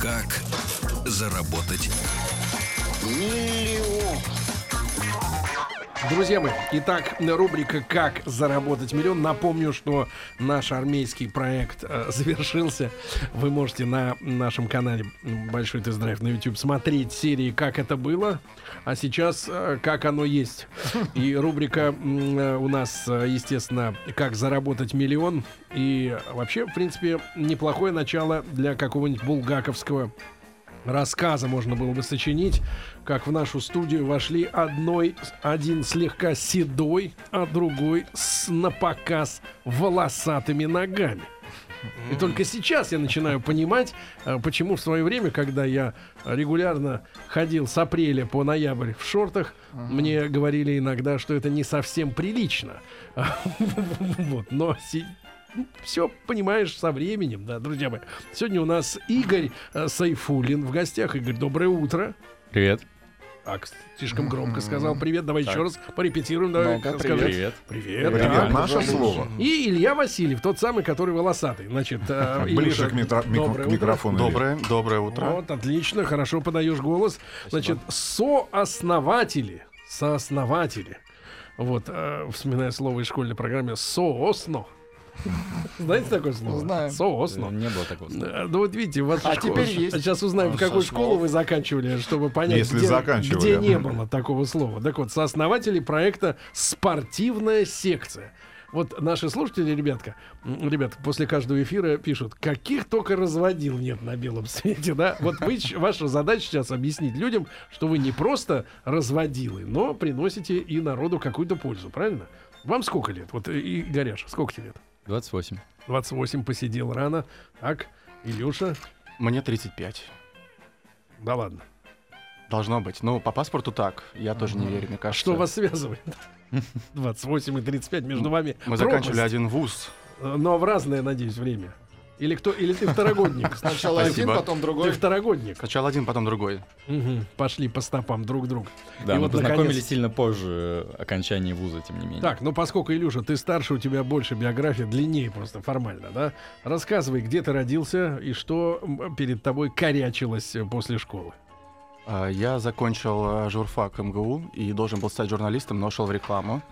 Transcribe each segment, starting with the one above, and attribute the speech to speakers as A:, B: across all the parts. A: Как заработать
B: Друзья мои, итак, рубрика «Как заработать миллион». Напомню, что наш армейский проект э, завершился. Вы можете на нашем канале «Большой тест-драйв» на YouTube смотреть серии «Как это было», а сейчас э, «Как оно есть». И рубрика м, э, у нас, э, естественно, «Как заработать миллион». И вообще, в принципе, неплохое начало для какого-нибудь булгаковского рассказа можно было бы сочинить, как в нашу студию вошли одной, один слегка седой, а другой с напоказ волосатыми ногами. И только сейчас я начинаю понимать, э, почему в свое время, когда я регулярно ходил с апреля по ноябрь в шортах, мне говорили иногда, что это не совсем прилично. Вот, но се- все понимаешь со временем, да, друзья мои. Сегодня у нас Игорь э, Сайфулин в гостях. Игорь, доброе утро.
C: Привет.
B: Так, слишком громко сказал привет. Давай еще раз порепетируем. Давай
D: Ну-ка,
B: скажи.
C: Привет.
B: Привет.
E: Привет,
B: так.
E: наше слово.
B: И Илья Васильев, тот самый, который волосатый. Значит, э,
E: Ближе
B: Илюша,
E: к, митро- мик-
B: доброе
E: к
B: утро.
E: микрофону. Илья.
C: Доброе, доброе утро.
B: Вот, отлично, хорошо подаешь голос. Значит, сооснователи, сооснователи. Вот, э, вспоминая слово из школьной программы, соосно. Знаете такое слово?
D: Знаю.
B: Соосно.
C: Ну, Не было такого. слова.
B: Да, ну вот видите, у вас
D: А
B: школа-
D: теперь есть.
B: А сейчас узнаем, в какую школу вы заканчивали, чтобы понять,
E: Если
B: где,
E: заканчивали.
B: где не было такого слова. Так вот, сооснователи проекта «Спортивная секция». Вот наши слушатели, ребятка, м, ребят, после каждого эфира пишут, каких только разводил нет на белом свете, да? Вот вы, щ- ваша задача сейчас объяснить людям, что вы не просто разводилы, но приносите и народу какую-то пользу, правильно? Вам сколько лет? Вот, э, и Горяш, сколько тебе лет?
C: 28.
B: 28 посидел рано. Так, Илюша,
F: Мне 35.
B: да ладно.
F: Должно быть. Ну, по паспорту так. Я тоже не верю, мне кажется.
B: Что вас связывает? 28 и 35 между вами.
F: Мы
B: пропасть. Э,
F: заканчивали один вуз.
B: Но в разное, надеюсь, время. Или кто? Или ты второгодник?
D: Сначала
F: Спасибо.
D: один, потом
B: Ты
D: другой.
B: второгодник.
F: Сначала один, потом другой.
B: Мгм. Пошли по стопам друг друга.
C: Да,
B: И
C: мы
B: вот,
C: познакомились
B: наконец-
C: сильно позже э, окончания вуза, тем не менее.
B: Так, ну поскольку, Илюша, ты старше, у тебя больше биография, длиннее просто формально, да? Рассказывай, где ты родился и что м, перед тобой корячилось э, после школы.
F: А, Я закончил а, журфак МГУ и должен был стать журналистом, но шел в рекламу.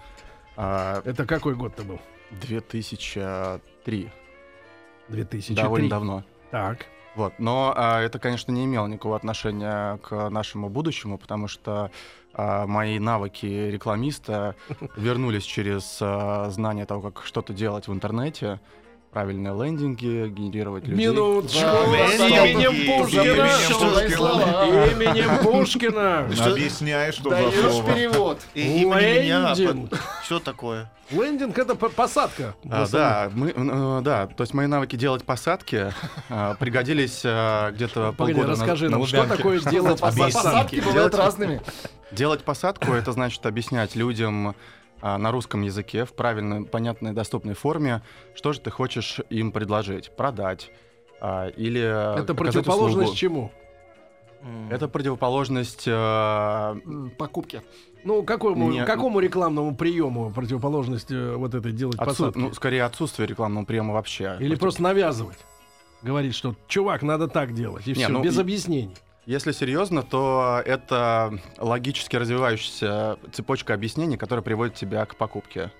F: А,
B: Это какой год ты был?
F: 2003.
B: 2003.
F: Довольно давно.
B: Так.
F: Вот. Но а, это, конечно, не имело никакого отношения к нашему будущему, потому что а, мои навыки рекламиста вернулись через а, знание того, как что-то делать в интернете. Правильные лендинги, генерировать людей.
B: Минуточку.
D: Да,
B: ну с
D: да,
B: именем
D: да.
B: Пушкина.
D: Запрещенные слова.
B: Именем Пушкина.
D: Что-
E: Объясняй, что за
D: Даешь
E: слово.
D: перевод.
G: И, и мне меня
B: Лендинг.
G: под- Что такое?
B: Лендинг это по- посадка.
F: А, да, мы, э, да, то есть мои навыки делать посадки э, пригодились э, где-то
B: ну, Погоди,
F: полгода
B: расскажи
F: на,
B: нам,
F: на
B: что
F: Лубянке.
B: такое делать
D: Пос-
B: посадки?
D: Посадки бывают
F: Делать-
D: разными.
F: Делать посадку — это значит объяснять людям а, на русском языке в правильной, понятной, доступной форме, что же ты хочешь им предложить, продать а, или
B: Это
F: показать
B: противоположность
F: услугу.
B: чему?
F: Это противоположность э,
D: М, Покупки.
B: Ну, какому,
F: Не-
B: какому рекламному приему противоположность э, вот этой делать
F: отсу-
B: посадки?
F: ну, скорее отсутствие рекламного приема вообще.
B: Или просто навязывать? Говорить, что чувак, надо так делать. И
F: Не,
B: все,
F: ну,
B: без
F: и-
B: объяснений.
F: Если серьезно, то это логически развивающаяся цепочка объяснений, которая приводит тебя к покупке.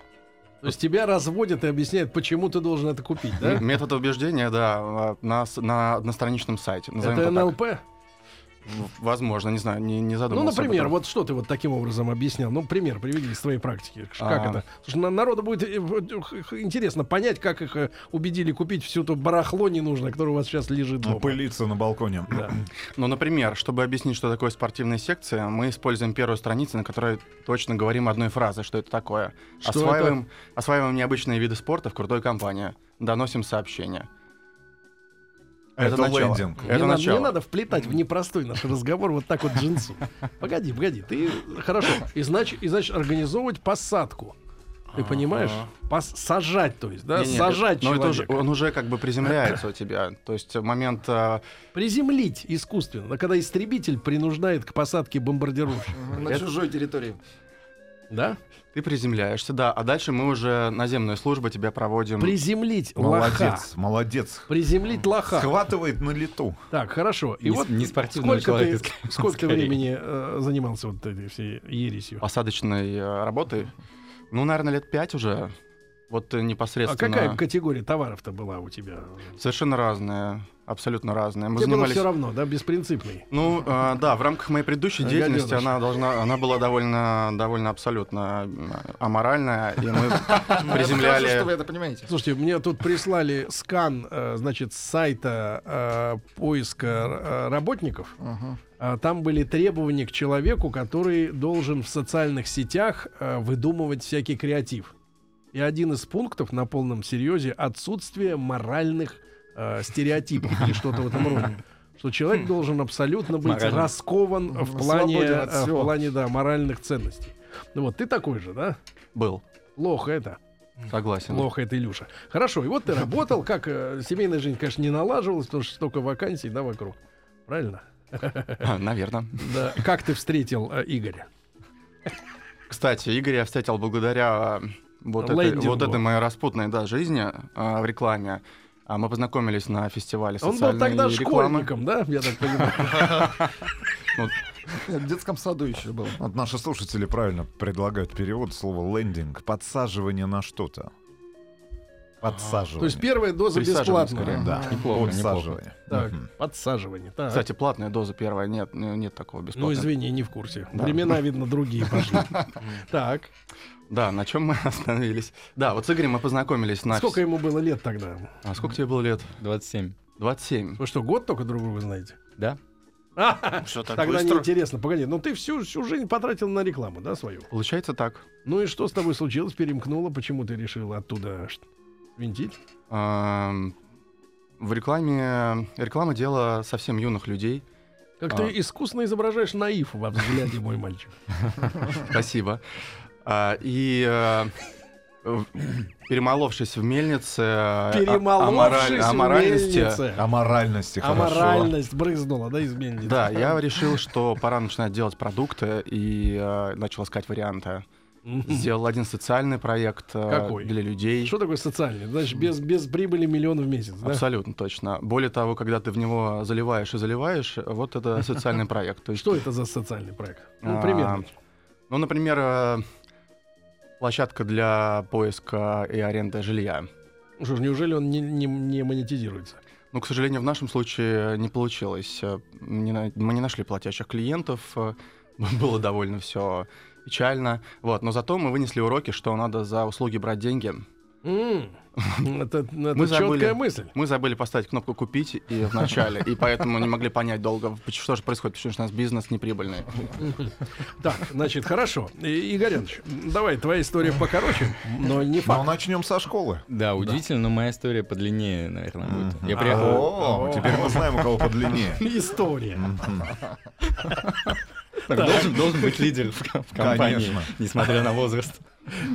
B: То есть тебя разводят и объясняют, почему ты должен это купить, да?
F: М- Метод убеждения, да, э, на, с- на одностраничном сайте. назовем
B: Это
F: это так.
B: НЛП?
F: В- Возможно, не знаю, не, не
B: Ну,
F: задумывался. об
B: например,
F: этом.
B: вот что ты вот таким образом объяснял? Ну, пример приведи из твоей практики. Ш- Как
F: А.
B: это? Слушай, на- народу будет э, вот, э, х- х- интересно понять, как их э, убедили купить всю то барахло ненужное, которое у вас сейчас лежит дома.
E: Пылиться на балконе.
B: Ну, Да.
F: Ну, например, чтобы объяснить, что такое спортивная секция, мы используем первую страницу, на которой точно говорим одной фразой, что это такое.
B: Что
F: осваиваем, осваиваем необычные виды спорта в крутой компании. Доносим сообщение.
E: Это
F: начало.
E: лендинг.
F: Это
B: мне, надо,
F: начало.
B: мне надо вплетать в непростой наш разговор вот так вот джинсу. Погоди, погоди, ты хорошо. И значит, и значит организовывать посадку. Ты понимаешь? Пос- сажать, то есть, да?
F: Не-не,
B: сажать
F: но это
B: человека.
F: уже, он уже как бы приземляется у тебя. То есть момент... а,
B: Приземлить искусственно. Да, Когда истребитель принуждает к посадке бомбардировщик.
D: На чужой территории.
B: Да?
F: ты приземляешься, да, а дальше мы уже наземную службу тебя проводим.
B: Приземлить лоха.
E: Молодец, молодец.
B: Приземлить лоха.
E: Схватывает на лету.
B: Так, хорошо. И
C: Не с-
B: вот
C: не спортивного
B: сколько ты,
C: человека, ск-
B: сколько ты
C: скорее.
B: времени э, занимался вот этой всей ересью?
F: Посадочной э, работой. Ну, наверное, лет пять уже. Вот э,
B: А
F: непосредственно.
B: какая категория товаров-то была у тебя?
F: Совершенно разные, абсолютно разные. Мы
B: Тебе было
F: занимались...
B: все равно, да, беспринципный.
F: Ну, э, да, в рамках моей предыдущей деятельности
B: Гаденыш.
F: она должна, она была довольно, довольно абсолютно м, аморальная, и мы
D: Приземляли. что вы
F: приземляли.
D: это понимаете.
B: Слушайте, мне тут прислали скан, э, значит, с сайта э, поиска э, работников.
D: Мгм.
B: А Там были требования к человеку, который должен в социальных сетях э, выдумывать всякий креатив. И один из пунктов на полном серьезе отсутствие моральных э, стереотипов или что-то в этом роде. Что человек должен абсолютно быть
C: Морально.
B: раскован в
D: Мгм,
B: плане,
D: свободен от
B: э, в
D: всего.
B: плане да, моральных ценностей. Ну вот, ты такой же, да?
F: Был,
B: Плохо это.
F: согласен.
B: Плохо это, Илюша. Хорошо, и вот ты работал, как э, семейная жизнь, конечно, не налаживалась, потому что столько вакансий, да, вокруг. Правильно?
F: А, Наверное.
B: Да. Как ты встретил э, Игоря?
F: Кстати, Игорь я встретил благодаря э, вот, этой,
B: Лендингу.
F: вот этой моей распутной да, жизни э, в рекламе. А Мы познакомились на фестивале
B: Он
F: социальной
B: был тогда
F: рекламы.
B: школьником, да, я так понимаю.
D: Я В детском саду еще был.
E: Вот наши слушатели правильно предлагают перевод слова лендинг. Подсаживание на что-то. Подсаживание.
B: То есть первая доза
F: Присаживаем
B: бесплатная.
E: Да,
C: Неплохо,
E: подсаживание.
B: Так,
E: Мгм.
B: подсаживание. Так.
F: Кстати, платная доза первая, нет, ну, нет такого
B: ну
F: бесплатного.
B: извини, не в курсе.
F: Да.
B: Времена, видно, другие пошли. Так.
F: Да, на чем мы остановились? Да, вот с Игорем мы познакомились на...
B: Сколько
F: фес-
B: ему было лет тогда?
F: А сколько тебе было лет?
C: 27.
F: 27.
B: Вы что, год только друг друга знаете?
C: Да?
G: Все так
B: Тогда
G: быстро.
B: неинтересно. Погоди, ну ты всю, всю жизнь потратил на рекламу, да, свою?
F: Получается так.
B: Ну и что с тобой случилось? Перемкнуло? Почему ты решил оттуда ш- винтить?
F: Эм, В рекламе... Реклама — дело совсем юных людей.
B: Как
F: А.
B: ты искусно изображаешь наив во взгляде, мой мальчик.
F: Спасибо. А, И... э, в- Перемоловшись в мельнице, э, а-
B: Перемоловшись
F: амораль- э,
B: в
F: аморальности,
B: мельнице.
E: О А моральности хорошо.
B: Аморальность брызнула, да, изменить.
F: Да, я решил, что пора начинать делать продукты и э, начал искать варианты. Сделал один социальный проект э,
B: Какой?
F: для людей.
B: Что такое социальный? Значит, без, без прибыли миллион в месяц, да?
F: Абсолютно точно. Более того, когда ты в него заливаешь и заливаешь, вот это социальный проект. То есть,
B: Что это за социальный проект? Ну,
F: А,
B: примерно.
F: ну, например, э, площадка для поиска и аренды жилья.
B: Ну Что ж, неужели он не, не- не монетизируется?
F: Ну, к сожалению, в нашем случае не получилось. Э, не на- мы не нашли платящих клиентов. э, Было довольно все печально. Вот, но зато мы вынесли уроки, что надо за услуги брать деньги.
B: М, Это, это
F: Мы забыли.
B: четкая мысль.
F: Мы забыли поставить кнопку «Купить» и в начале, и поэтому не могли понять долго, поч- что же происходит, почему же у нас бизнес неприбыльный.
B: Так, значит, хорошо. И- Игоряныч, давай, твоя история покороче, но не
E: Но
B: факт.
E: Ну, начнем со школы.
C: Да, удивительно, но моя история подлиннее, наверное, будет. Я
E: А.
C: приехал...
E: О, теперь мы знаем, у кого подлиннее.
B: История.
C: Так, Должен, должен быть лидер в, ко- в компании,
E: Конечно.
C: несмотря на возраст.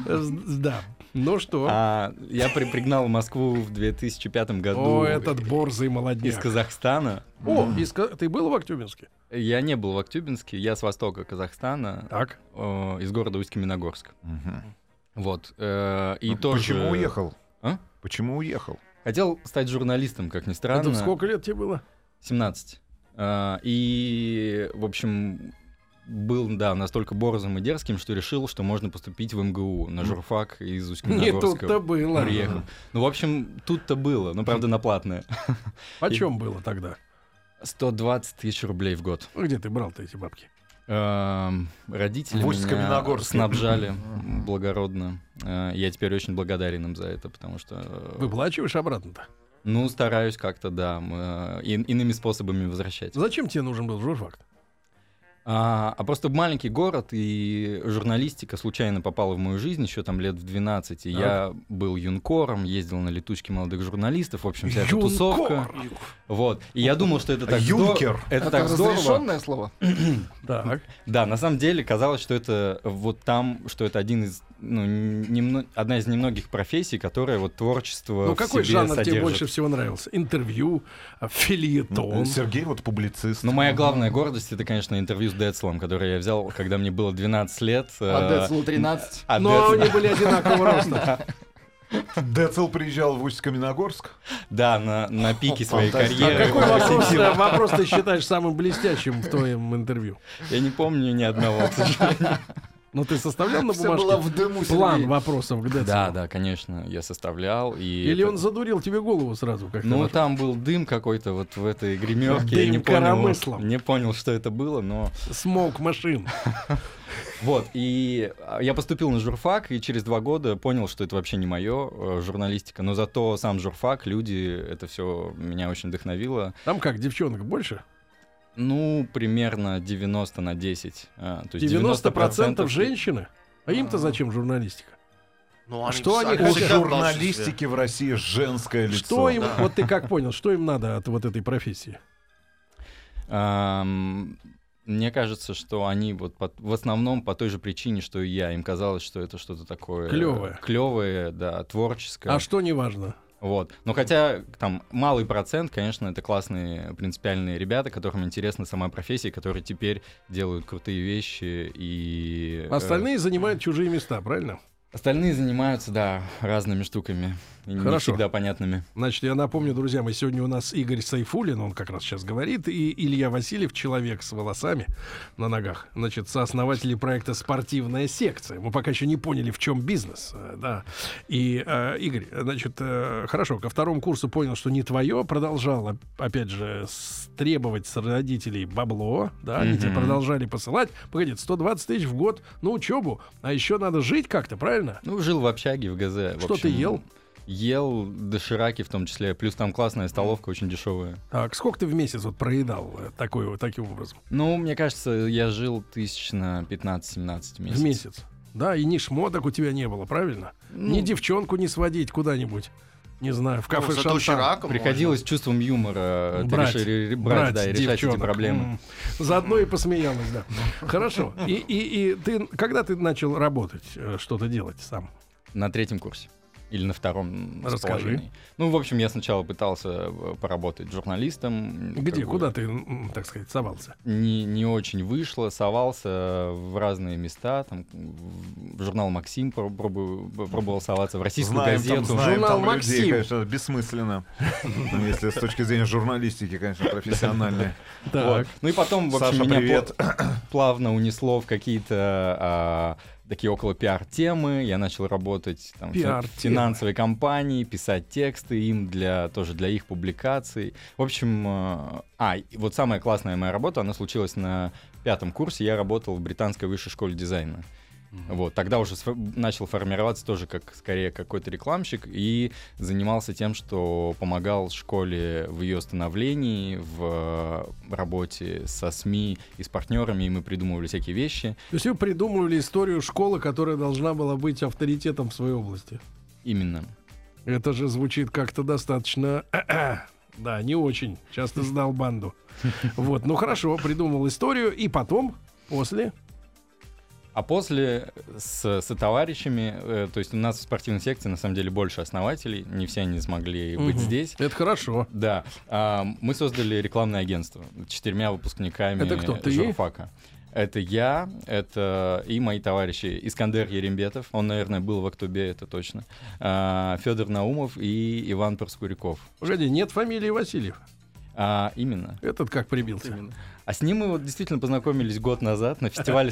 B: З- Да. Ну что?
C: А, я при- пригнал в Москву в 2005 году
B: О, этот борзый
C: из
B: молодец.
C: Казахстана.
B: О, из Ка- ты был в Актюбинске?
C: Я не был в Актюбинске, я с востока Казахстана,
B: Так.
C: э, из города Усть-Каменогорск.
E: Мгм.
C: Вот. э, и тоже...
E: Ну, Почему уехал?
C: А?
E: Почему уехал?
C: Хотел стать журналистом, как ни странно.
B: Это в сколько лет тебе было?
C: 17. А, И, в общем, был, да, настолько борзым и дерзким, что решил, что можно поступить в МГУ
B: Ну,
C: на журфак из
B: Не
C: Усть-Каменогорска.
B: тут-то было.
C: Приехал. Ну, в общем, тут-то было, но, правда, на платное.
B: Почем было тогда?
C: 120 тысяч рублей в год.
B: Где ты брал-то эти бабки?
C: Эм, Родители
E: В
C: меня
E: Усть-Каменогорске.
C: снабжали благородно. Э, Я теперь очень благодарен им за это, потому что... э,
B: Выплачиваешь обратно-то?
C: Ну, стараюсь как-то, да, м, э, ин- иными способами возвращать.
B: Зачем тебе нужен был журфак?
C: А, А, а просто маленький город, и журналистика случайно попала в мою жизнь еще там лет в 12. И я был юнкором, ездил на летучки молодых журналистов, в общем, вся эта
B: Юнкор! А
C: тусовка. Вот. И я думал, что это так здорово.
E: Юнкер.
C: Это,
F: А
D: Это
C: так здорово.
D: разрешенное слово?
B: Так.
C: Да, на самом деле казалось, что это вот там, что это один из, ну, немно- одна из немногих профессий, которая вот творчество
B: Ну,
C: в
B: какой
C: себе
B: жанр тебе
C: содержит.
B: больше всего нравился? Интервью, а,
E: Ну,
B: фильетон.
E: Сергей вот публицист.
C: Но Ну, моя главная гордость это, конечно, интервью с Децлом, которое я взял, когда мне было 12 лет.
D: А
C: э,
D: Децл 13.
C: а
B: Но
C: Децл-
B: Ну, они были одинакового роста.
E: Децл приезжал в Усть-Каменогорск.
C: Да, на, на пике своей
E: фантастика.
B: А
C: карьеры.
B: какой вопрос, э, вопрос ты считаешь самым блестящим в твоем интервью?
C: Я не помню ни одного. к сожалению.
B: Ну, ты составлял на
D: Все было
B: бумажке
D: в дыму,
B: план
D: Сергей.
B: вопросов к Децелу?
C: Да, да, конечно, я составлял. И
B: Или
C: это-
B: он задурил тебе голову сразу как-то?
C: Ну,
B: Ваш-
C: там был дым какой-то вот в этой гримерке. Я не
B: Дым
C: понял,
B: коромыслом.
C: не понял, что это было, но...
B: Смог машин.
C: Вот, и а, я поступил на журфак, и через два года понял, что это вообще не мое, журналистика. Но зато сам журфак, люди, это все меня очень вдохновило.
B: Там как, девчонок больше?
C: Ну, примерно 90 на 10. а, то есть
B: 90%,
C: 90%
B: женщины? А им-то зачем журналистика? А
G: Ну, они
B: Что они
G: всегда
B: хотят?
E: У
G: в большинстве.
E: журналистики в России женское лицо.
B: Что им,
G: да.
B: вот ты как понял, что им надо от вот этой профессии?
C: Ам, Мне кажется, что они вот по- в основном по той же причине, что и я. Им казалось, что это что-то такое...
B: Клёвое.
C: Клевое, да, творческое.
B: А что не важно?
C: Вот. Но хотя там малый процент, конечно, это классные принципиальные ребята, которым интересна сама профессия, которые теперь делают крутые вещи и... э,
B: Остальные занимают чужие места, правильно?
C: остальные занимаются, да, разными штуками. и Не
B: Хорошо.
C: всегда понятными.
B: Значит, я напомню, друзья мои, сегодня у нас Игорь Сайфулин, он как раз сейчас говорит, и Илья Васильев, человек с волосами на ногах, значит, сооснователи проекта «Спортивная секция». Мы пока еще не поняли, в чем бизнес, э, да. И, э, Игорь, значит, э, хорошо, ко второму курсу понял, что не твое, продолжал, оп- опять же, с- требовать с родителей бабло, да, они тебе
C: Мгм.
B: продолжали посылать. Погоди, 120 тысяч в год на учебу, а еще надо жить как-то, правильно?
C: Ну, жил в общаге, в ГЗ. в
B: Что ты
C: общем,
B: ел?
C: Ел дошираки в том числе, плюс там классная столовка, очень дешевая.
B: Так, сколько ты в месяц вот проедал э, такой, вот таким образом?
C: Ну, мне кажется, я жил тысяч на 15-17 в месяц.
B: В месяц. Да, и ни шмоток у тебя не было, правильно?
C: Ну,
B: Ни девчонку не сводить куда-нибудь. Не знаю, в
G: Ну,
B: кафе
G: зато
B: Шантан.
G: Чирака можно.
C: Приходилось чувством юмора э, ты
B: Брать,
C: реши- ре- брать, да, и решать эти
B: девчонок.
C: проблемы.
B: М. Заодно и посмеялась, да. Хорошо. И, и, и ты, когда ты начал работать, э, что-то делать сам?
C: На третьем курсе. Или на втором с
B: Расскажи.
C: половиной. Ну, в общем, я сначала пытался э, поработать журналистом.
B: Где,
C: Как бы
B: куда ты, м, так сказать, совался?
C: Не, не очень вышло, совался в разные места. Там, в в журнал «Максим» пр- пробую- пробовал соваться, в российскую
E: Знаем, там,
C: газету.
E: знаем
B: Журнал
E: там людей,
B: «Максим».
E: конечно, бессмысленно. Ну, Если с точки зрения журналистики, конечно, профессиональной.
C: Вот. Ну и потом, в общем,
E: Саша,
C: меня
E: привет.
C: пла- плавно унесло в какие-то а, такие около пиар-темы. Я начал работать там, в фин-
B: Пиар-темы.
C: в финансовой компании, писать тексты им для тоже для их публикаций. В общем, э, а, и вот самая классная моя работа, она случилась на пятом курсе. Я работал в британской высшей школе дизайна. Вот, тогда уже сфо- начал формироваться тоже как скорее какой-то рекламщик и занимался тем, что помогал школе в ее становлении, в э, работе со СМИ и с партнерами, и мы придумывали всякие вещи.
B: То есть вы придумывали историю школы, которая должна была быть авторитетом в своей области.
C: Именно.
B: Это же звучит как-то достаточно... Да, не очень. Часто знал банду. Вот, ну хорошо, придумал историю. И потом, после...
C: А после с, со товарищами, э, то есть у нас в спортивной секции на самом деле больше основателей, не все они смогли быть
B: Мгм.
C: здесь.
B: Это хорошо.
C: Да, а, мы создали рекламное агентство четырьмя выпускниками
B: Это кто, ты?
C: журфака. Это я, это и мои товарищи Искандер Ерембетов, он, наверное, был в Актубе, это точно, А, Федор Наумов и Иван Проскуряков.
B: Погоди, нет фамилии Васильев.
C: А, именно.
B: Этот как прибился.
C: А с ним мы вот действительно познакомились год назад на фестивале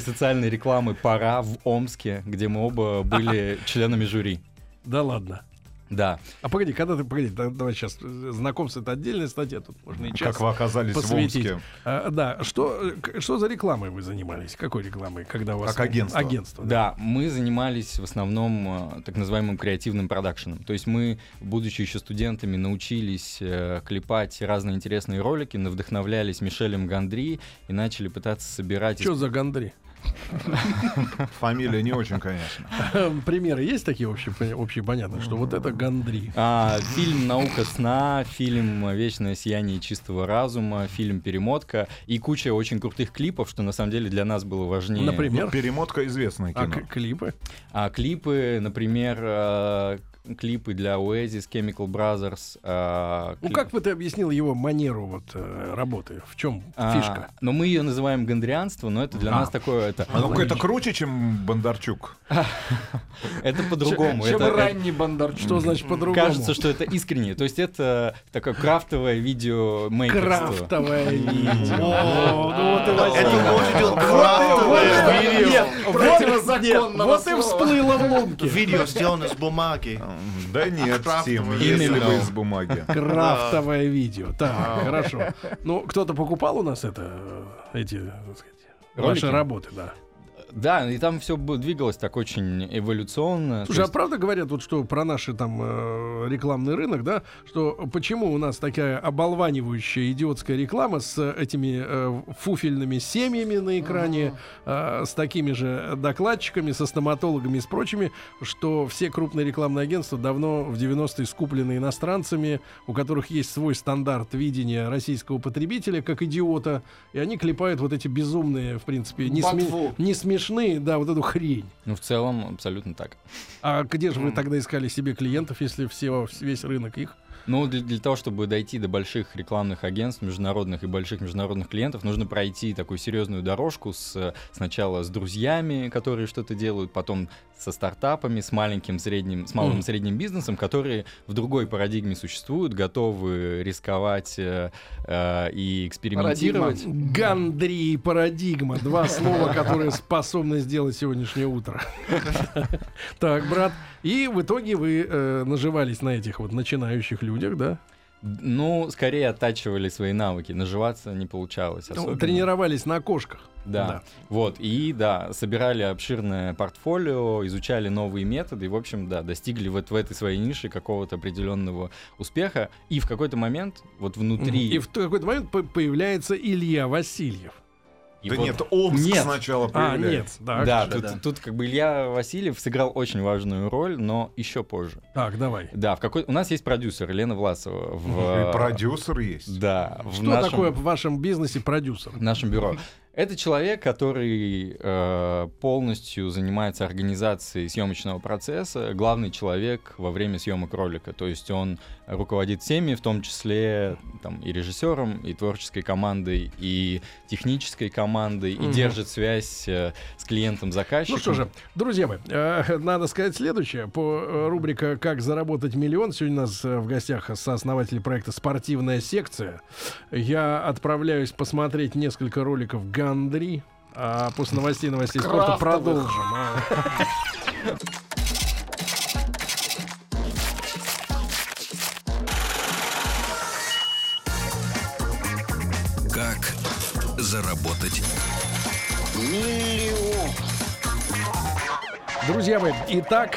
C: социальной рекламы «Пора» в Омске, где мы оба были членами жюри.
B: Да ладно.
C: Да.
B: А погоди, когда ты, погоди, да- давай сейчас, знакомство это отдельная статья, тут можно и час.
E: Как вы оказались
B: посвятить.
E: в Омске?
B: А, да, что, э, к- что за рекламой вы занимались? Какой рекламой, когда у вас...
E: Как агентство.
B: Агентство, типа, да.
C: Да, мы занимались в основном э, так называемым креативным продакшеном. То есть мы, будучи еще студентами, научились э, клепать разные интересные ролики, на- вдохновлялись Мишелем Гандри и начали пытаться собирать... из-
B: Что за гандри?
E: Фамилия не очень, конечно.
B: Примеры есть такие общие, общие понятно, что вот это гандри.
C: А, фильм «Наука сна», фильм «Вечное сияние чистого разума», фильм «Перемотка» и куча очень крутых клипов, что на самом деле для нас было важнее.
B: Например?
E: Ну, перемотка известное
B: А
E: кино.
B: к- клипы?
C: А клипы, например, э, клипы для Oasis, Chemical Brothers. э,
B: Ну
C: клип-
B: как бы ты объяснил его манеру вот э, работы? В чем
C: А,
B: фишка?
C: Но мы ее называем гондрианство, но это для нас такое это.
E: А ну-ка, это круче, чем Бондарчук.
C: Это по-другому.
D: Чем
C: это- это-
D: ранний Бондарчук.
B: Что значит по-другому?
C: Кажется, что это искренне. То есть это такое крафтовое видеомейкерство.
B: Крафтовое видео.
G: О,
B: Ну вот и
G: Это
B: возникло.
G: может быть
B: Вот и-
G: крафтовое видео.
D: Противозаконного
B: Вот и всплыло в лунке.
G: Видео сделано с А, бумаги.
E: М, Да нет,
G: Крафтовый
E: Тим,
G: вид.
E: если бы
C: Именно.
E: из бумаги.
B: Крафтовое видео. Так, хорошо. Ну, кто-то покупал у нас это, э, эти, так сказать,
C: Ролики?
B: ваши работы, да.
C: Да, и там все двигалось так очень эволюционно. То
B: Слушай, а
C: есть-
B: правда говорят вот что про наши там э, рекламный рынок, да, что почему у нас такая оболванивающая идиотская реклама с этими э, фуфельными семьями на экране, э, с такими же докладчиками, со стоматологами и с прочими, что все крупные рекламные агентства давно в 90-е скуплены иностранцами, у которых есть свой стандарт видения российского потребителя как идиота, и они клепают вот эти безумные, в принципе, не, сме-
D: Ботву.
B: не смешные, да, вот эту хрень.
C: Ну, в целом, абсолютно так.
B: А где же вы тогда искали себе клиентов, если все, весь рынок их?
C: Ну, для, для того, чтобы дойти до больших рекламных агентств, международных и больших международных клиентов, нужно пройти такую серьезную дорожку с, э, сначала с друзьями, которые что-то делают, потом со стартапами, с маленьким, средним, с малым и
B: Мгм.
C: средним бизнесом, которые в другой парадигме существуют, готовы рисковать э, э, и экспериментировать.
B: Гандри и парадигма. Два слова, которые способны сделать сегодняшнее утро. Так, брат. И в итоге вы э, наживались на этих вот начинающих людях, да?
C: Ну, скорее оттачивали свои навыки, наживаться не получалось.
B: Ну,
C: особенно.
B: Тренировались на кошках.
C: Да. Вот, и да, собирали обширное портфолио, изучали новые методы, и, в общем, да, достигли вот в этой своей нише какого-то определенного успеха. И в какой-то момент, вот внутри...
B: И в какой-то момент по- появляется Илья Васильев.
C: и
E: да
C: вот-
E: нет, Омск
C: Нет.
E: сначала
B: А, нет.
E: появляется.
B: Так,
C: Э, да,
B: да,
C: тут,
B: да.
C: тут как бы Илья Васильев сыграл очень важную роль, но еще позже.
B: Так, давай.
C: Да, в какой... У нас есть продюсер Елена Власова. В...
E: И продюсер есть.
C: Да. в
B: Что
C: нашем-
B: такое в вашем бизнесе продюсер?
C: в нашем бюро. Это человек, который э, полностью занимается организацией съемочного процесса, главный человек во время съемок ролика. То есть он руководит всеми, в том числе там, и режиссером, и творческой командой, и технической командой, и
B: Мгм.
C: держит связь э, с клиентом-заказчиком.
B: Ну что же, друзья мои, э, надо сказать следующее. По э, рубрика «Как заработать миллион» сегодня у нас э, в гостях сооснователи проекта «Спортивная секция». Я отправляюсь посмотреть несколько роликов «Гандри». А после новостей новостей спорта
D: Крафтовых.
B: продолжим. а.
A: Как заработать
B: Друзья мои, итак,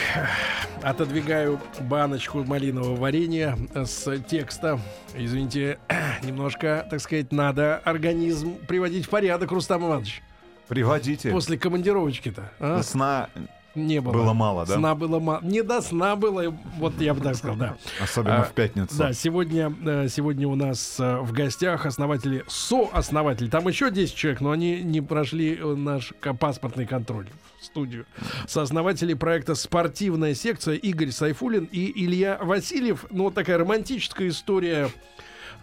B: отодвигаю баночку малинового варенья с текста. Извините, немножко, так сказать, надо организм приводить в порядок, Рустам Иванович.
E: Приводите.
B: После командировочки-то. а?
E: Ну, Сна
B: Не было.
E: было мало, да?
B: Сна было мало. Не до сна было, вот я бы так сказал, да.
E: Особенно
B: А,
E: в пятницу.
B: Да, сегодня, э, сегодня у нас э, в гостях основатели, сооснователи. Там еще 10 человек, но они не прошли э, наш ка- паспортный контроль в студию. Сооснователи проекта «Спортивная секция» Игорь Сайфулин и Илья Васильев. Ну, вот такая романтическая история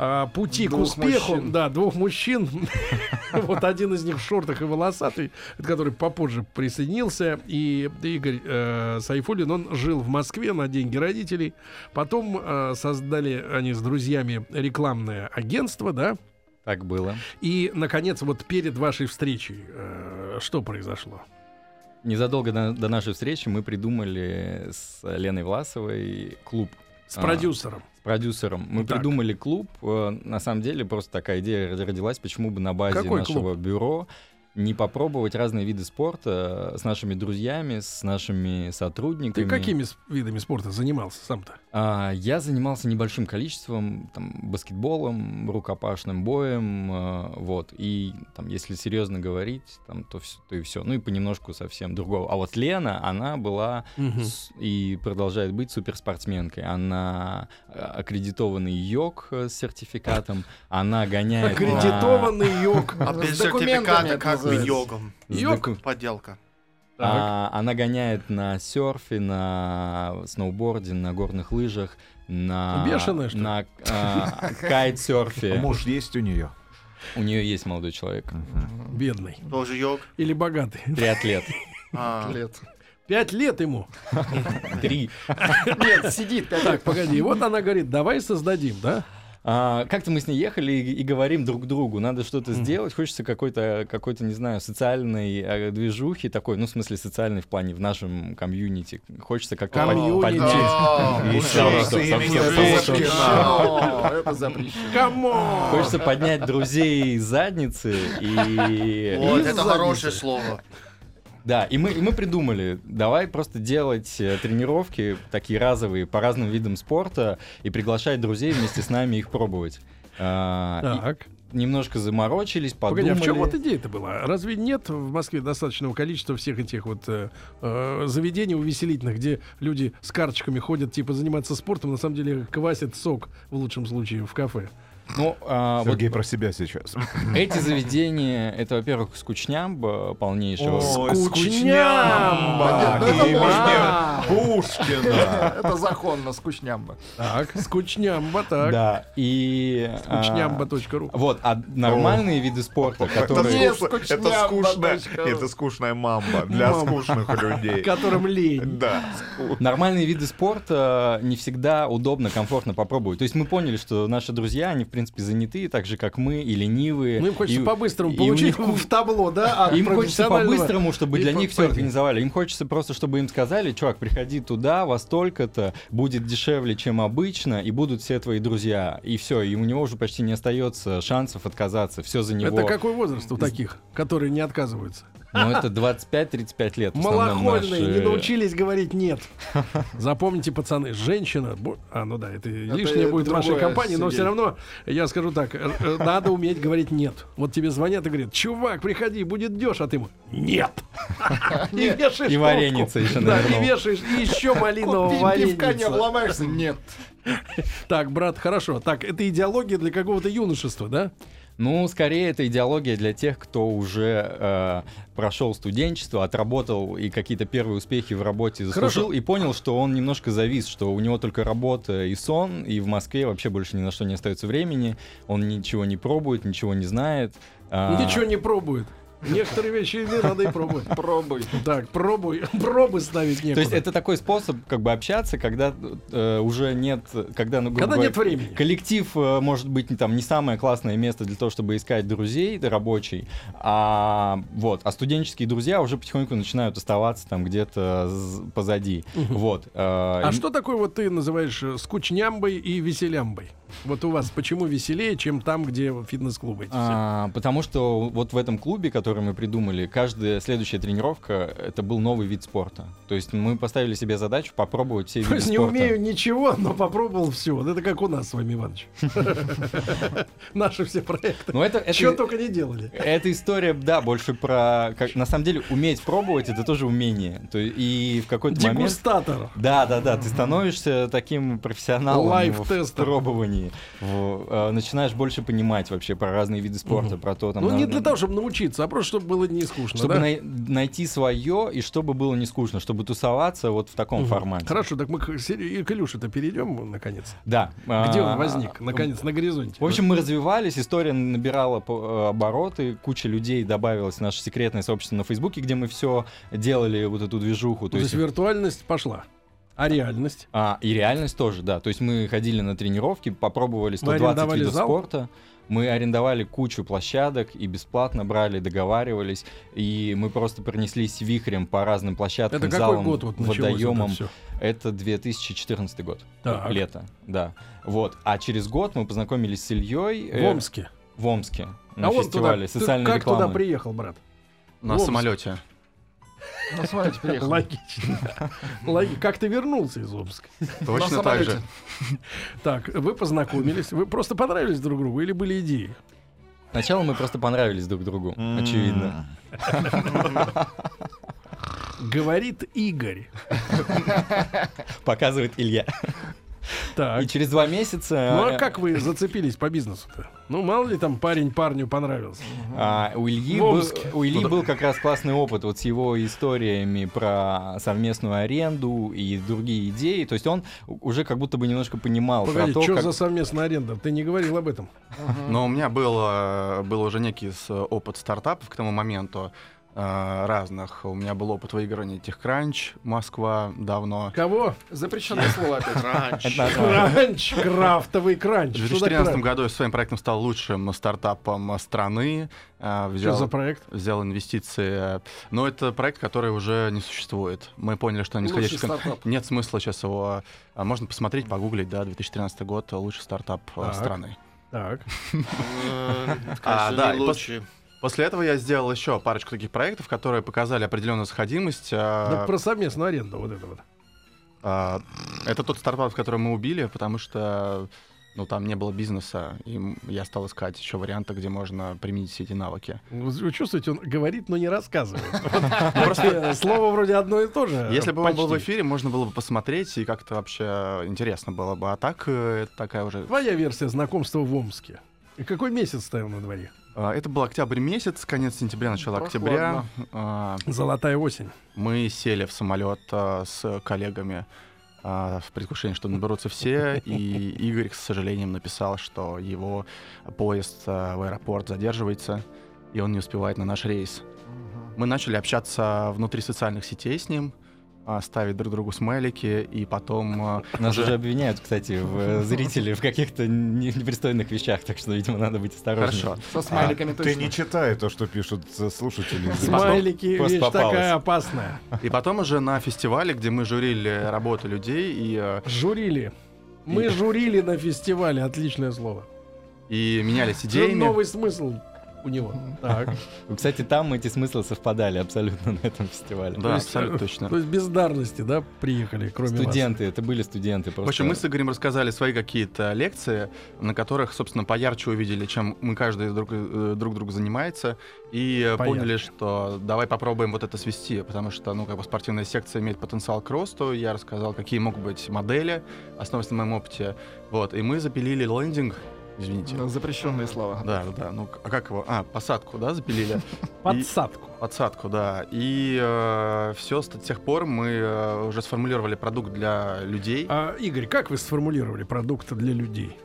B: а, пути к
D: Двух
B: успеху.
D: мужчин.
B: Да, двух мужчин. Вот один из них в шортах и волосатый, который попозже присоединился. И Игорь э, Сайфулин, он жил в Москве на деньги родителей. Потом э, создали они с друзьями рекламное агентство, да.
C: Так было.
B: И, наконец, вот перед вашей встречей э, что произошло?
C: Незадолго до, до нашей встречи мы придумали с Леной Власовой клуб
B: С
C: А.
B: продюсером.
C: с продюсером. Мы
B: Так.
C: придумали клуб. э, На самом деле просто такая идея род- родилась, почему бы на базе
B: Какой клуб?
C: нашего бюро не попробовать разные виды спорта э, с нашими друзьями, с нашими сотрудниками.
B: Ты какими с- видами спорта занимался сам-то?
C: А, я занимался небольшим количеством, там, баскетболом, рукопашным боем, э, вот. И, там, если серьезно говорить, там, то, все, то и все. Ну и понемножку совсем другого. А вот Лена, она была с- и продолжает быть суперспортсменкой. Она э, аккредитованный йог э, с сертификатом. Она гоняет... на-
B: Аккредитованный йог.
G: А без
D: С документами
G: сертификата
D: это
G: как бы
D: называется.
G: йогом.
C: с
B: Йог?
C: доку-
G: Подделка.
C: А, она гоняет на серфе, на сноуборде, на горных лыжах, на...
B: Бешеная, что ли?
C: На а, кайтсерфе.
E: Муж есть у нее.
C: У нее есть молодой человек.
B: Бедный.
G: Тоже йог.
B: Или богатый.
C: Триатлет.
G: А,
D: Лет.
B: Пять лет ему.
C: Три.
D: Нет, сидит. пять
B: Так, погоди. И вот она говорит, давай создадим, да?
C: А, как-то мы с ней ехали и, и говорим друг другу, надо что-то сделать, хочется какой-то, какой-то, не знаю, социальной э, движухи такой, ну, в смысле, социальной в плане в нашем комьюнити. Хочется как-то под-
B: Комьюнити.
C: поднять.
G: о,
E: И
G: мужик,
E: всё,
G: ты
E: что-
G: имени
E: что-
G: Пушкина.
D: О, Это запрещено.
B: Камон!
C: Хочется поднять друзей из задницы и...
G: Вот,
B: Из
G: это
B: задницы.
G: хорошее слово.
C: Да, и мы, и мы придумали, давай просто делать э, тренировки такие разовые по разным видам спорта и приглашать друзей вместе с нами их пробовать. А, и
B: Так.
C: немножко заморочились, подумали.
B: Погоди, а в чем вот идея-то была? Разве нет в Москве достаточного количества всех этих вот э, э, заведений увеселительных, где люди с карточками ходят, типа заниматься спортом, на самом деле квасят сок в лучшем случае в кафе?
C: Ну, а, вот
E: Сергей про себя сейчас.
C: эти заведения, это, во-первых, скучнямба полнейшего.
E: Ой,
B: скучнямба!
E: скучнямба!
D: Ну, это
E: И
D: можно.
E: Пушкина!
D: Это законно, скучнямба.
B: Так, скучнямба, так.
C: Да, и... а,
B: Скучнямба.ру.
C: Вот, а нормальные виды спорта, которые...
D: Нет,
E: Это скучно, это скучная, это скучная мамба для скучных
C: А,
E: людей.
B: Которым лень.
E: Да.
C: Нормальные виды спорта э, не всегда удобно, комфортно попробовать. То есть мы поняли, что наши друзья, они, в принципе, занятые, так же, как мы, и ленивые.
B: Ну, им хочется
C: И-
B: по-быстрому
C: и у
B: получить
C: них-
B: в табло, да? от
C: Им хочется
B: А, профессионального.
C: по-быстрому, чтобы
B: и
C: для
B: по-
C: них все
B: пойди.
C: организовали. Им хочется просто, чтобы им сказали, чувак, приходи туда, во столько-то, будет дешевле, чем обычно, и будут все твои друзья. И все, и у него уже почти не остается шансов отказаться, все за него.
B: Это какой возраст у таких, которые не отказываются?
C: Ну, это 25-35 лет. в основном
B: Малохольные,
C: наши-
B: не научились говорить нет. Запомните, пацаны, женщина. бо- А, ну да, это, лишнее будет в вашей
D: другое
B: компании, но все
D: сидеть.
B: равно, я скажу так, э, э, надо уметь говорить нет. Вот тебе звонят и говорят: чувак, приходи, будет дешь, а ты ему нет. И вешаешь
C: И
B: трубку.
C: вареница еще
B: Да, и
C: навернул.
B: вешаешь и еще малинового
D: Купи пивка, не
B: вареница.
D: обломаешься. Нет.
B: Так, брат, хорошо. Так, это идеология для какого-то юношества, да?
C: Ну, скорее, это идеология для тех, кто уже э, прошел студенчество, отработал и какие-то первые успехи в работе заслужил,
B: Хорошо.
C: и понял, что он немножко завис, что у него только работа и сон, и в Москве вообще больше ни на что не остается времени, он ничего не пробует, ничего не знает. а,
B: Ничего не пробует. Некоторые вещи не надо и пробовать. Пробуй. Так, пробуй. Пробы ставить некуда.
C: То есть это такой способ как бы общаться, когда э, уже нет, когда ну грубо
B: Когда
C: говоря,
B: нет времени.
C: Коллектив э, может быть не там не самое классное место для того, чтобы искать друзей да, рабочий, а вот, а студенческие друзья уже потихоньку начинают оставаться там где-то з- позади, вот. э,
B: А
C: и-
B: что такое вот ты называешь э, скучнямбой и веселямбой? Вот у вас почему веселее, чем там, где фитнес-клубы? эти все?
C: а, потому что вот в этом клубе, который мы придумали, каждая следующая тренировка это был новый вид спорта. То есть мы поставили себе задачу попробовать все
B: То
C: виды
B: есть
C: спорта.
B: не умею ничего, но попробовал все. Вот это как у нас с вами, Иванович. Наши все проекты.
C: Но Ну, это, это-
B: Чего только не делали.
C: Эта история, да, больше про... Как, на самом деле, уметь пробовать — это тоже умение. То е- и в какой-то момент...
B: Дегустатор.
C: Да, да, да, ты становишься таким профессионалом в
B: Лайф-тестер.
C: пробовании. В- э, начинаешь больше понимать вообще про разные виды спорта, про то там...
B: Ну,
C: на-
B: не для того, чтобы научиться, а просто, чтобы было не скучно.
C: чтобы
B: да?
C: най- найти свое и чтобы было не скучно, чтобы тусоваться вот в таком формате.
B: Хорошо, так мы к, Сере- и к Илюше-то перейдем, наконец.
C: Да.
B: Где
C: А,
B: он возник, наконец, на горизонте?
C: В общем, мы развивались, история набирала по- э, обороты, куча людей добавилась в наше
B: Ну,
C: секретное сообщество на Фейсбуке, где мы все делали вот эту движуху.
B: то есть виртуальность пошла. А реальность?
C: А, и реальность тоже, да. То есть мы ходили на тренировки, попробовали 120
B: арендовали
C: видов
B: зал?
C: спорта. Мы арендовали кучу площадок и бесплатно брали, договаривались. И мы просто пронеслись вихрем по разным площадкам,
B: Это какой
C: залам,
B: год вот началось это
C: водоемам.
B: все?
C: Это 2014 год.
B: Так.
C: Лето, да. Вот. А через год мы познакомились с Ильей э,
B: В Омске.
C: в Омске на
B: а он
C: фестивале
B: туда, э, ты
C: социальной
B: как
C: рекламы.
B: туда приехал, брат?
F: На
B: Омск.
F: самолете.
D: Ну, смотрите, приехал.
B: Логично. Логи- Как ты вернулся из Омска?
F: Точно так
D: самолете.
F: же.
B: Так, вы познакомились, вы просто понравились друг другу или были идеи?
C: Сначала мы просто понравились друг другу,
E: М.
C: очевидно.
B: Говорит Игорь.
C: Показывает Илья.
B: Так.
C: И через два месяца...
B: Ну
C: э,
B: а как вы зацепились по бизнесу-то? Ну мало ли там парень парню понравился.
C: А, у Ильи,
B: В
C: был,
B: Омске.
C: у Ильи был как раз классный опыт вот с его историями про совместную аренду и другие идеи. То есть он уже как будто бы немножко понимал
B: Погоди,
C: про то,
B: что
C: как...
B: за совместная аренда? Ты не говорил об этом.
F: Но у меня был, э, был уже некий с- опыт стартапов к тому моменту э, разных. У меня был опыт выигрывания TechCrunch, Москва давно.
B: Кого?
D: Запрещенное слово опять.
C: Это название.
B: Кранч, крафтовый
F: В
B: кранч. Что за
F: 2013
B: кранч?
F: году я своим проектом стал лучшим стартапом страны. э,
B: Что
F: Взял,
B: за проект?
F: взял инвестиции. э, Но это проект, который уже не существует. Мы поняли, что
D: Лучший
F: нисходящий кон-
D: стартап.
F: нет смысла сейчас его... а, Можно посмотреть, погуглить, да, 2013 год, э, лучший стартап э,
B: Так.
F: страны.
B: Так.
F: А,
G: Конечно,
F: да,
G: не
F: и пос-
G: лучше.
F: После этого я сделал еще парочку таких проектов, которые показали определенную сходимость. а,
B: Да про совместную аренду вот это вот.
F: а, это тот стартап, который мы убили, потому что ну, там не было бизнеса, и м- я стал искать еще варианты, где можно применить все эти навыки.
B: Вы вы чувствуете, он говорит, но не рассказывает. Вот. Просто слово вроде одно и то же.
F: Ну, Если бы он был в
B: почти.
F: эфире, можно было бы посмотреть, и как-то вообще интересно было бы. А так, э, это такая уже...
B: Твоя версия знакомства в Омске. И какой месяц стоял на дворе?
F: А, Это был октябрь месяц, конец сентября, начало октября. А,
B: Золотая осень.
F: Мы сели в самолет а, с коллегами а, в предвкушении, что наберутся все, и Игорь, к сожалению, написал, что его поезд а, в аэропорт задерживается, и он не успевает на наш рейс. Мы начали общаться внутри социальных сетей с ним, а, ставить друг другу смайлики, и потом... а,
C: Нас уже обвиняют, кстати, в э, зрители в каких-то не- непристойных вещах, так что, видимо, надо быть осторожным.
F: Хорошо.
D: Со
F: А,
D: смайликами
E: Ты
D: точно.
E: не читай то, что пишут э, слушатели.
B: Смайлики,
C: Просто
B: вещь
C: попалась.
B: такая опасная.
F: И потом уже на фестивале, где мы журили работу людей, и, э,
B: Журили. Мы журили на фестивале, отличное слово.
F: и менялись
B: Идея
F: идеями.
B: Ну, новый смысл у него. Так.
C: Ну, Кстати, там эти смыслы совпадали абсолютно на этом фестивале.
F: Да,
B: есть,
F: абсолютно точно.
B: То есть бездарности, да, приехали, кроме вас.
C: Студенты, это были студенты.
F: В
C: Просто...
F: общем, мы с Игорем рассказали свои какие-то лекции, на которых, собственно, поярче увидели, чем мы каждый друг э, друг, друга занимается, и э,
B: Поярче.
F: поняли, что давай попробуем вот это свести, потому что, ну, как бы спортивная секция имеет потенциал к росту, я рассказал, какие могут быть модели, основываясь на моем опыте, вот, и мы запилили лендинг, извините.
D: Ну, Запрещенные слова.
F: Да, да, да, ну, к- а как его? А, посадку, да, запилили?
B: Подсадку.
F: Подсадку, да. И все, с тех пор мы э, уже сформулировали продукт для людей.
B: А, Игорь, как вы сформулировали продукт для людей?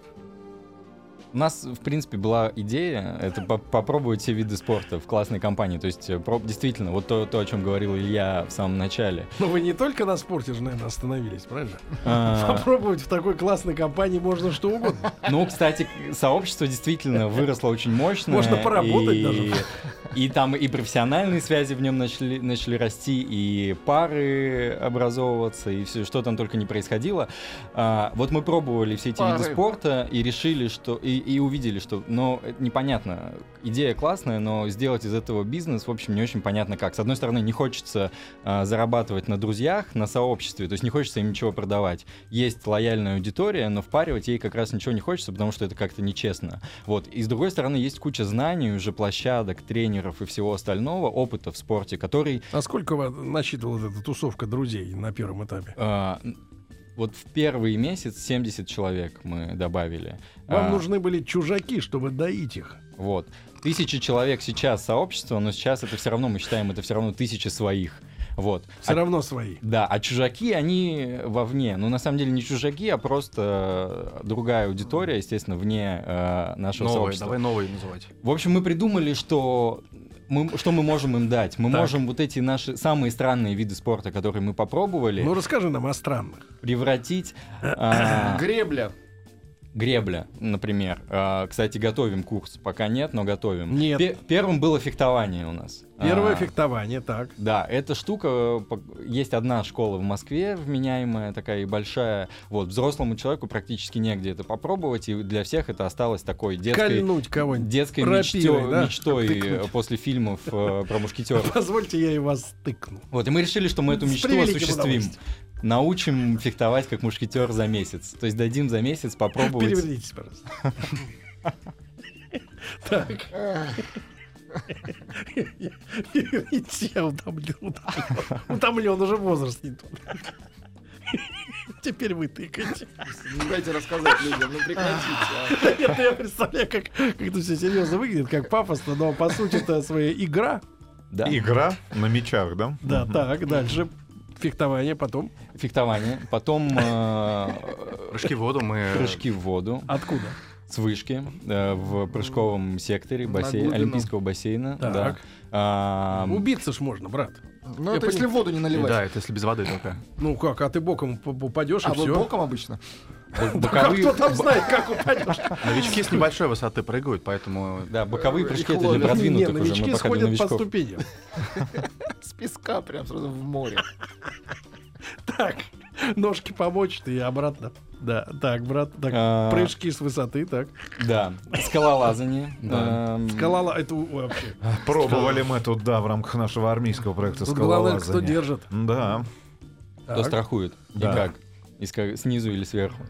C: У нас, в принципе, была идея это по- попробовать все виды спорта в классной компании. То есть, э, про- действительно, вот то, то, о чем говорил Илья в самом начале.
B: Ну, вы не только на спорте же, наверное, остановились, правильно?
C: А,
B: Попробовать в такой классной компании можно что угодно.
C: Ну, кстати, сообщество действительно выросло очень мощно.
B: Можно поработать
C: и-
B: даже.
C: И там и профессиональные связи в нем начали, начали расти, и пары образовываться, и все, что там только не происходило. А, вот мы пробовали все эти виды
D: Пары.
C: спорта и решили, что... И, и увидели, что... Но это непонятно. Идея классная, но сделать из этого бизнес, в общем, не очень понятно как. С одной стороны, не хочется а, зарабатывать на друзьях, на сообществе, то есть не хочется им ничего продавать. Есть лояльная аудитория, но впаривать ей как раз ничего не хочется, потому что это как-то нечестно. Вот. И с другой стороны, есть куча знаний, уже площадок, тренеров и всего остального, опыта в спорте, который
B: А сколько вас насчитывала эта тусовка друзей на первом этапе?
C: а, вот в первый месяц 70 человек мы добавили.
B: Вам
C: А,
B: нужны были чужаки, чтобы доить их.
C: Вот. Тысячи человек сейчас сообщество, но сейчас это все равно, мы считаем, это все равно тысячи своих. Вот. А
B: Все равно свои.
C: Да, а чужаки, они вовне. Ну, на самом деле, не чужаки, а просто э, другая аудитория, естественно, вне э, нашего
F: Новые,
C: сообщества.
F: давай новые называть.
C: В общем, мы придумали, что мы, что мы можем им дать? Мы
B: Так.
C: можем вот эти наши самые странные виды спорта, которые мы попробовали,
B: Ну расскажи нам о странных.
C: превратить... а,
D: Гребля.
C: Гребля, например. А, Кстати, готовим курс. Пока нет, но готовим.
B: Нет.
C: Пе- Первым было фехтование у нас.
B: Первое
C: А,
B: фехтование, так.
C: Да, эта штука, э, по- есть одна школа в Москве, вменяемая такая и большая. Вот, взрослому человеку практически негде это попробовать, и для всех это осталось такой детской,
B: Кольнуть кого-нибудь.
C: детской
B: рапирой,
C: мечтё-
B: да?
C: мечтой э,
B: Тыкнуть.
C: после фильмов э, про мушкетеров.
B: Позвольте, я и вас тыкну.
C: Вот, и мы решили, что мы эту
B: С
C: мечту
B: превеликим
C: осуществим.
B: удовольствием.
C: Научим фехтовать как мушкетер за месяц. То есть дадим за месяц попробовать.
B: Перевернитесь, пожалуйста. Так. Переверните, я утомлен. утомлен. Утомлен, уже возраст не тот. Теперь вы тыкаете.
D: Не Ну, дайте рассказать людям, ну прекратите.
B: Нет, я представляю, как, как это все серьезно выглядит, как пафосно, но по сути это своя игра.
C: Да.
E: Игра на мечах, да?
B: Да,
E: Мгм.
B: так, дальше. Фехтование потом.
C: Фехтование. Потом э,
F: Прыжки в воду мы...
C: прыжки в воду
B: Откуда?
C: с вышки э, в прыжковом секторе
D: На
C: бассейн,
D: глубину.
C: Олимпийского бассейна.
B: Так.
C: Да. А,
B: Убиться ж можно, брат.
D: а. Ну
B: Я
D: это
B: пон-
D: если воду не наливать.
F: Да, это если без воды только.
B: Ну как, а ты боком поп- упадешь
D: А
B: и
D: вот
B: все.
D: боком обычно.
C: бо-
B: Как
C: боковые,
B: кто там знает, как упадешь?
F: Новички с небольшой высоты прыгают, поэтому...
C: да, боковые
D: Их
C: прыжки это для
D: ловят.
B: Не,
C: продвинутых уже.
B: новички
C: Мы пока для
B: сходят по
C: новичков.
B: ступеням.
D: С песка прям сразу в море.
B: Так, ножки помочь и обратно. Да, так, брат, так,
C: А,
B: прыжки с высоты, так.
C: Да. Скалолазание. эм,
B: Скалала, это у- вообще.
E: Пробовали мы тут, да, в рамках нашего армейского проекта
B: Тут главное, кто
E: скалолазания.
B: держит.
E: Да.
C: Кто страхует? И
E: Да.
C: как? Из ка- снизу или сверху?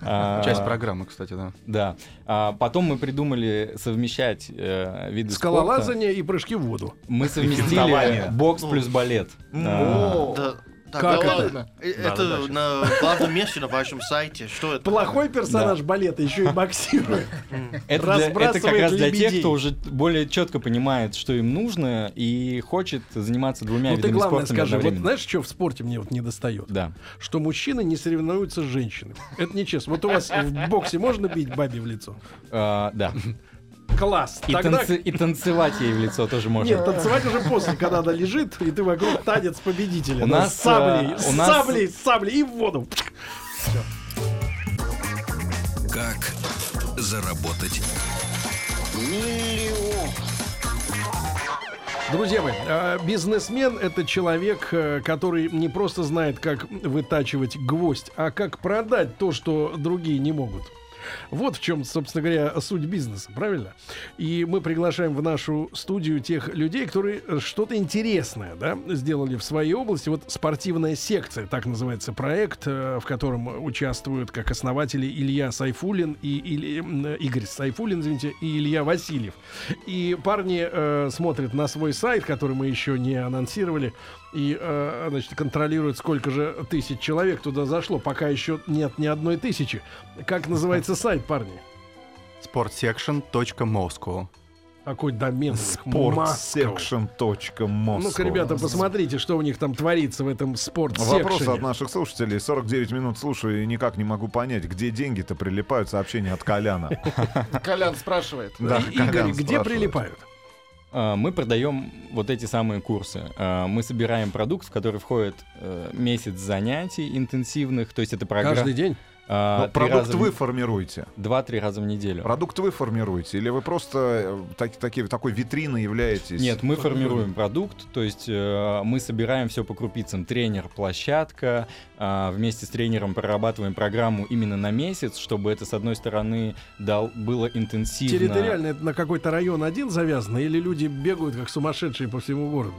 C: А,
F: Часть программы, кстати, да.
C: Да. А, Потом мы придумали совмещать э, виды спорта.
B: Скалолазание и прыжки в воду.
C: Мы совместили
E: фехтование.
C: бокс плюс балет. А,
G: Да, так,
B: Как
G: да
B: это?
G: ладно. Э,
F: Да,
G: Это
F: да, да,
G: на главном месте на вашем сайте. Что это?
B: Плохой персонаж балета еще и боксирует.
C: Это, для- это как
B: Разбрасывает
C: раз для
B: лебедей.
C: тех, кто уже более четко понимает, что им нужно, и хочет заниматься двумя
B: Ну ты
C: видами
B: главное
C: спорта
B: скажи, вот
C: одновременно.
B: знаешь, что в спорте мне вот не достает?
C: Да.
B: Что мужчины не соревнуются с женщинами. Это нечестно. Вот у вас в боксе можно бить бабе в лицо?
C: А, да.
B: Класс.
C: И,
B: Тогда
C: танцы- и танцевать ей в лицо тоже можно.
B: Нет, танцевать уже после, когда она лежит, и ты вокруг танец победителя.
C: У
B: Да,
C: нас,
B: с саблей,
C: э,
B: с
C: у нас-
B: саблей, с саблей и в воду.
A: Как заработать?
B: Друзья мои, э, бизнесмен — это человек, э, который не просто знает, как вытачивать гвоздь, а как продать то, что другие не могут. Вот в чем, собственно говоря, суть бизнеса, правильно? И мы приглашаем в нашу студию тех людей, которые э, что-то интересное да, сделали в своей области. Вот спортивная секция, так называется проект, э, в котором участвуют как основатели Илья Сайфулин и Или- м, э, Игорь Сайфулин, извините, и Илья Васильев. И парни э, смотрят на свой сайт, который мы еще не анонсировали, и э, значит, контролируют, сколько же тысяч человек туда зашло. Пока еще нет ни одной тысячи. Как называется сайт, парни?
F: sportsection.moscow.
B: Такой домен. Москва.
E: Sportsection.moscow.
B: Ну-ка, ребята, посмотрите, что у них там творится в этом
E: Вопрос от
B: спорт-секшене.
E: наших слушателей. 49 минут слушаю и никак не могу понять, где деньги-то прилипают сообщения от Коляна.
D: Колян спрашивает.
E: Да,
B: И-
E: Колян
B: Игорь, где
E: спрашивает.
B: прилипают?
C: А, Мы продаем вот эти самые курсы. А, Мы собираем продукт, в который входит э, месяц занятий интенсивных, то есть это программа...
B: Каждый день?
E: Но
C: а, три
E: Ну, продукт
C: раза в-
E: вы формируете.
C: Два-три раза в неделю.
E: Продукт вы формируете, или вы просто э, так- такие- такой витриной являетесь?
C: Нет, мы формируем продукт, то есть э, мы собираем все по крупицам. Тренер, площадка, а, вместе с тренером прорабатываем программу именно на месяц, чтобы это, с одной стороны, дал, было интенсивно.
B: Территориально это на какой-то район один завязано, или люди бегают как сумасшедшие по всему городу?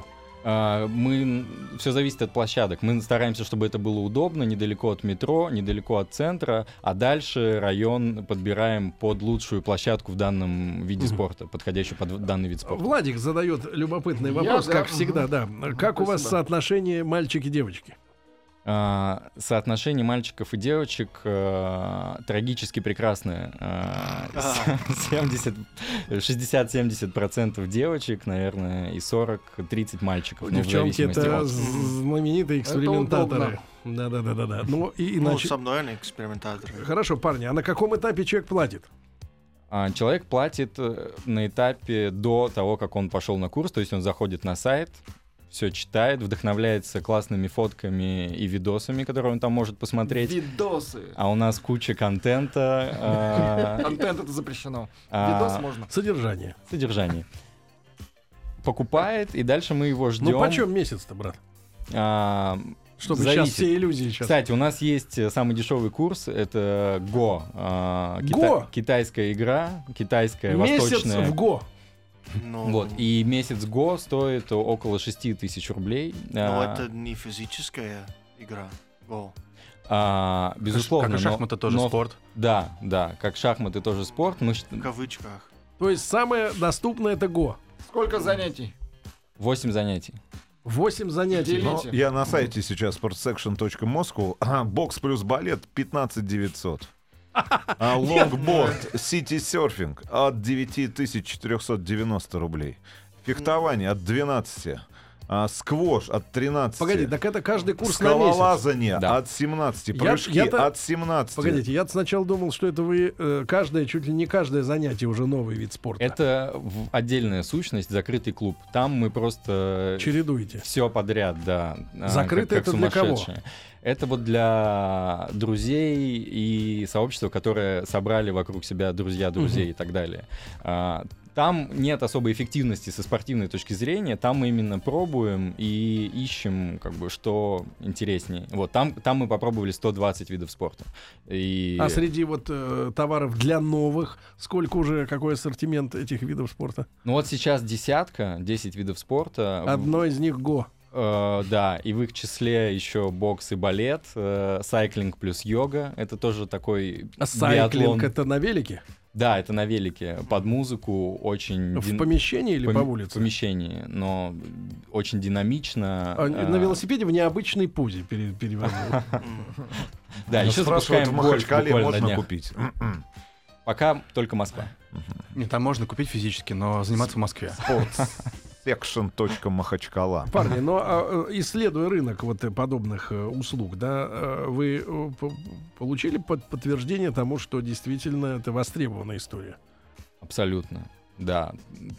C: А, мы все зависит от площадок. Мы стараемся, чтобы это было удобно, недалеко от метро, недалеко от центра, а дальше район подбираем под лучшую площадку в данном виде спорта, подходящую под данный вид спорта.
B: Владик задает любопытный вопрос,
D: да,
B: как
D: мгм.
B: всегда, да.
C: Ну,
B: Как у вас
D: Спасибо.
B: соотношение мальчики-девочки?
C: А, соотношение мальчиков и девочек а, трагически прекрасное. А, с- 70, 60-70% девочек, наверное, и 40-30 мальчиков. ну, в
B: Девчонки,
C: зависимости
B: это
C: от-
B: з- знаменитые экспериментаторы.
D: удобно.
B: Да-да-да-да. Ну, и
G: Ну,
B: иначе...
G: со мной, наверное, экспериментатор.
B: Хорошо, парни, а на каком этапе человек платит?
C: А, Человек платит э, на этапе до того, как он пошел на курс, то есть он заходит на сайт, все читает, вдохновляется классными фотками и видосами, которые он там может посмотреть.
D: Видосы.
C: А у нас куча контента. э,
D: Контент это запрещено.
C: а,
D: Видос можно.
B: Содержание.
C: Содержание. Покупает, и дальше мы его ждем.
B: Ну, почем месяц-то, брат?
C: А,
B: Чтобы сейчас
C: Зависит.
B: все иллюзии сейчас.
C: Кстати, у нас есть э, самый дешевый курс, это Go. а, кита-
B: Go?
C: Китайская игра, китайская,
B: месяц
C: восточная.
B: в ГО.
G: Ну,
C: Вот, и месяц Го стоит около 6 тысяч рублей.
G: Но
C: А,
G: Ну, это не физическая игра. Го.
C: а, безусловно.
F: Как и
C: но-
F: шахматы тоже
C: но-
F: спорт.
C: Да, да, как шахматы тоже спорт. Мы
G: В кавычках.
B: То есть самое доступное это ГО.
D: Сколько занятий?
C: 8 занятий.
B: 8 занятий.
E: Ну,
D: Видите?
E: я на сайте сейчас sportsection.moscow. А, бокс плюс балет 15 900. А лонгборд, сити-серфинг от 9490 рублей. Фехтование от 12. А, сквош от 13.
B: Погоди, так это каждый курс на месяц.
E: Скалолазание
C: Да.
E: от 17.
B: Я-
E: Прыжки
B: я-то-
E: от 17.
B: Погодите, я сначала думал, что это вы э, каждое, чуть ли не каждое занятие уже новый вид спорта.
C: Это в- отдельная сущность, закрытый клуб. Там мы просто
B: чередуете.
C: все подряд, да. а,
B: Закрыто
C: как- как
B: это для кого?
C: сумасшедшие. Это вот для друзей и сообщества, которые собрали вокруг себя друзья друзей и так далее. А, Там нет особой эффективности со спортивной точки зрения, там мы именно пробуем и ищем, как бы, что интереснее. Вот, там, там мы попробовали 120 видов спорта. И...
B: А среди вот э, товаров для новых, сколько уже, какой ассортимент этих видов спорта?
C: Ну вот сейчас десятка, 10 видов спорта. В-
B: Одно из них ГО.
C: Э, да, и в их числе еще бокс и балет, э, сайклинг плюс йога. Это тоже такой
B: А Сайклинг
C: биатлон.
B: это на велике?
C: Да, это на велике, под музыку, очень...
B: Ну, В
C: дин-
B: помещении или
C: пом-
B: по
C: В
B: улице?
C: помещении, но очень динамично.
B: А,
C: э,
B: На велосипеде в необычной позе пере- перевозил.
C: Да, еще запускаем
E: Спрашивают, в
C: гольф
E: Махачкале
C: буквально на
E: можно
C: днях.
E: купить. М-м.
C: Пока только Москва.
F: Не, там можно купить физически, но заниматься в Москве.
E: Sportsection.махачкала.
B: Парни, но а, э, исследуя рынок вот э, подобных э, услуг, да, э, вы э, п- получили под- подтверждение тому, что действительно это востребованная история?
C: Абсолютно. Да,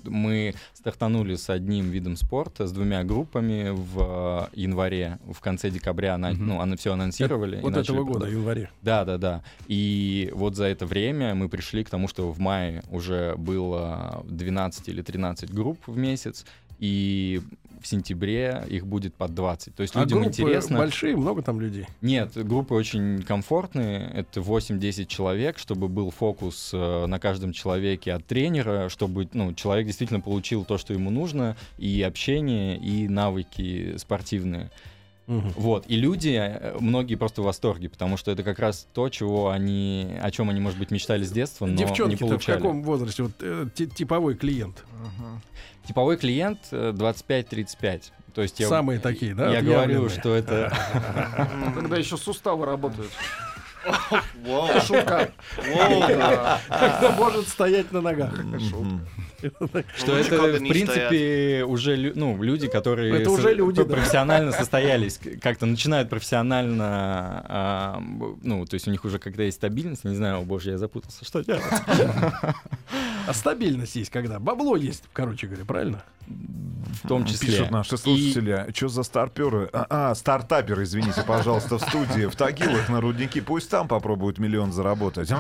C: мы стартанули с одним видом спорта, с двумя группами в э, январе, в конце декабря, она,
F: Мгм.
C: ну, все анонсировали. и
B: вот
C: начали
B: этого года,
C: продавать.
B: в январе.
C: Да, да, да. И вот за это время мы пришли к тому, что в мае уже было 12 или 13 групп в месяц, и в сентябре их будет под 20. То есть
B: А
C: людям
B: группы
C: интересно.
B: большие, много там людей?
C: Нет, группы очень комфортные. Это 8-10 человек, чтобы был фокус э, на каждом человеке от тренера, чтобы ну, человек действительно получил то, что ему нужно, и общение, и навыки спортивные. Вот, и люди, э, многие просто в восторге, потому что это как раз то, чего они, о чем они, может быть, мечтали с детства, но не
B: Девчонки-то в
C: получали.
B: каком возрасте? Вот э, ти- типовой клиент.
C: Типовой клиент э, 25-35. То есть я,
B: Самые такие, да?
C: Я
B: отъявленные?
C: говорю, что это...
D: Когда еще суставы работают.
G: Воу.
D: Шутка.
G: Воу.
B: Когда может стоять на ногах.
E: Мгм.
C: Что
G: Ну,
C: это,
G: люди,
C: в
G: когда не
C: принципе, уже лю- ну, люди, которые
B: Это уже
C: со-
B: люди, да.
C: профессионально состоялись, к- как-то начинают профессионально, а, м, ну, то есть у них уже как-то есть стабильность, не знаю, о боже, я запутался, что делать?
B: А стабильность есть когда? Бабло есть, короче говоря, правильно?
C: В том числе.
E: Пишут наши слушатели, что за старперы? А, а, стартаперы, извините, пожалуйста, в студии, в Тагилах, на руднике. Пусть там попробуют миллион заработать.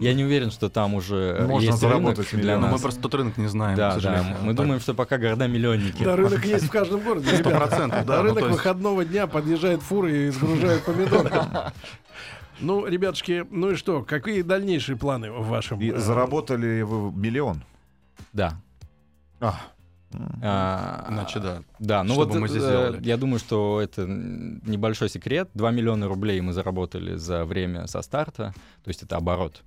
C: Я не уверен, что там уже
E: Можно
C: есть
E: заработать
C: рынок для
E: миллион.
F: Но
C: нас.
F: мы просто тот рынок не знаем, к
C: Да, да.
F: сожалению.
C: Мы
F: Так.
C: думаем, что пока города миллионники.
B: Да, рынок есть в каждом городе,
F: Сто
B: ребята.
F: процентов,
B: На
F: да. ну,
B: рынок
F: то есть-
B: выходного дня подъезжают фуры и сгружают помидоры. Ну, ребятушки, ну и что, какие дальнейшие планы в вашем?
E: И
B: э,
E: заработали вы миллион.
C: Да.
E: А.
C: А,
F: Иначе да.
C: да, ну
F: что
C: вот
F: бы мы здесь
C: э,
F: делали?
C: я думаю, что это м, небольшой секрет. 2 миллиона рублей мы заработали за время со старта, то есть это оборот.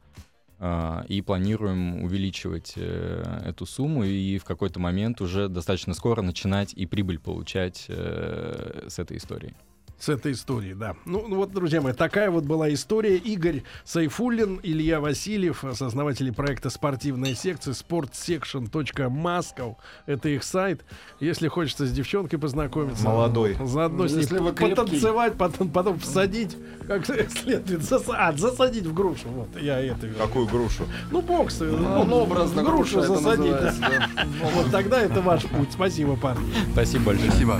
C: А, И планируем увеличивать э, эту сумму и в какой-то момент уже достаточно скоро начинать и прибыль получать э, с этой истории.
B: с этой историей, да. Ну, ну вот, друзья мои, такая вот была история. Игорь Сайфуллин, Илья Васильев, сооснователи проекта «Спортивная секция» sportsection.moscow. Это их сайт. Если хочется с девчонкой познакомиться.
E: Молодой.
B: Заодно с
D: Ну,
B: ней
D: Если вы крепкий.
B: потанцевать, потом, потом всадить, как следует. заса- а, засадить в грушу. Вот, я это... говорю.
E: Какую грушу?
B: Ну, бокс.
D: Ну,
B: Ну,
D: образно груша
B: грушу
D: это
B: засадить.
D: называется, да.
B: Вот тогда это ваш путь. Спасибо, парни.
C: Спасибо большое.
G: Спасибо.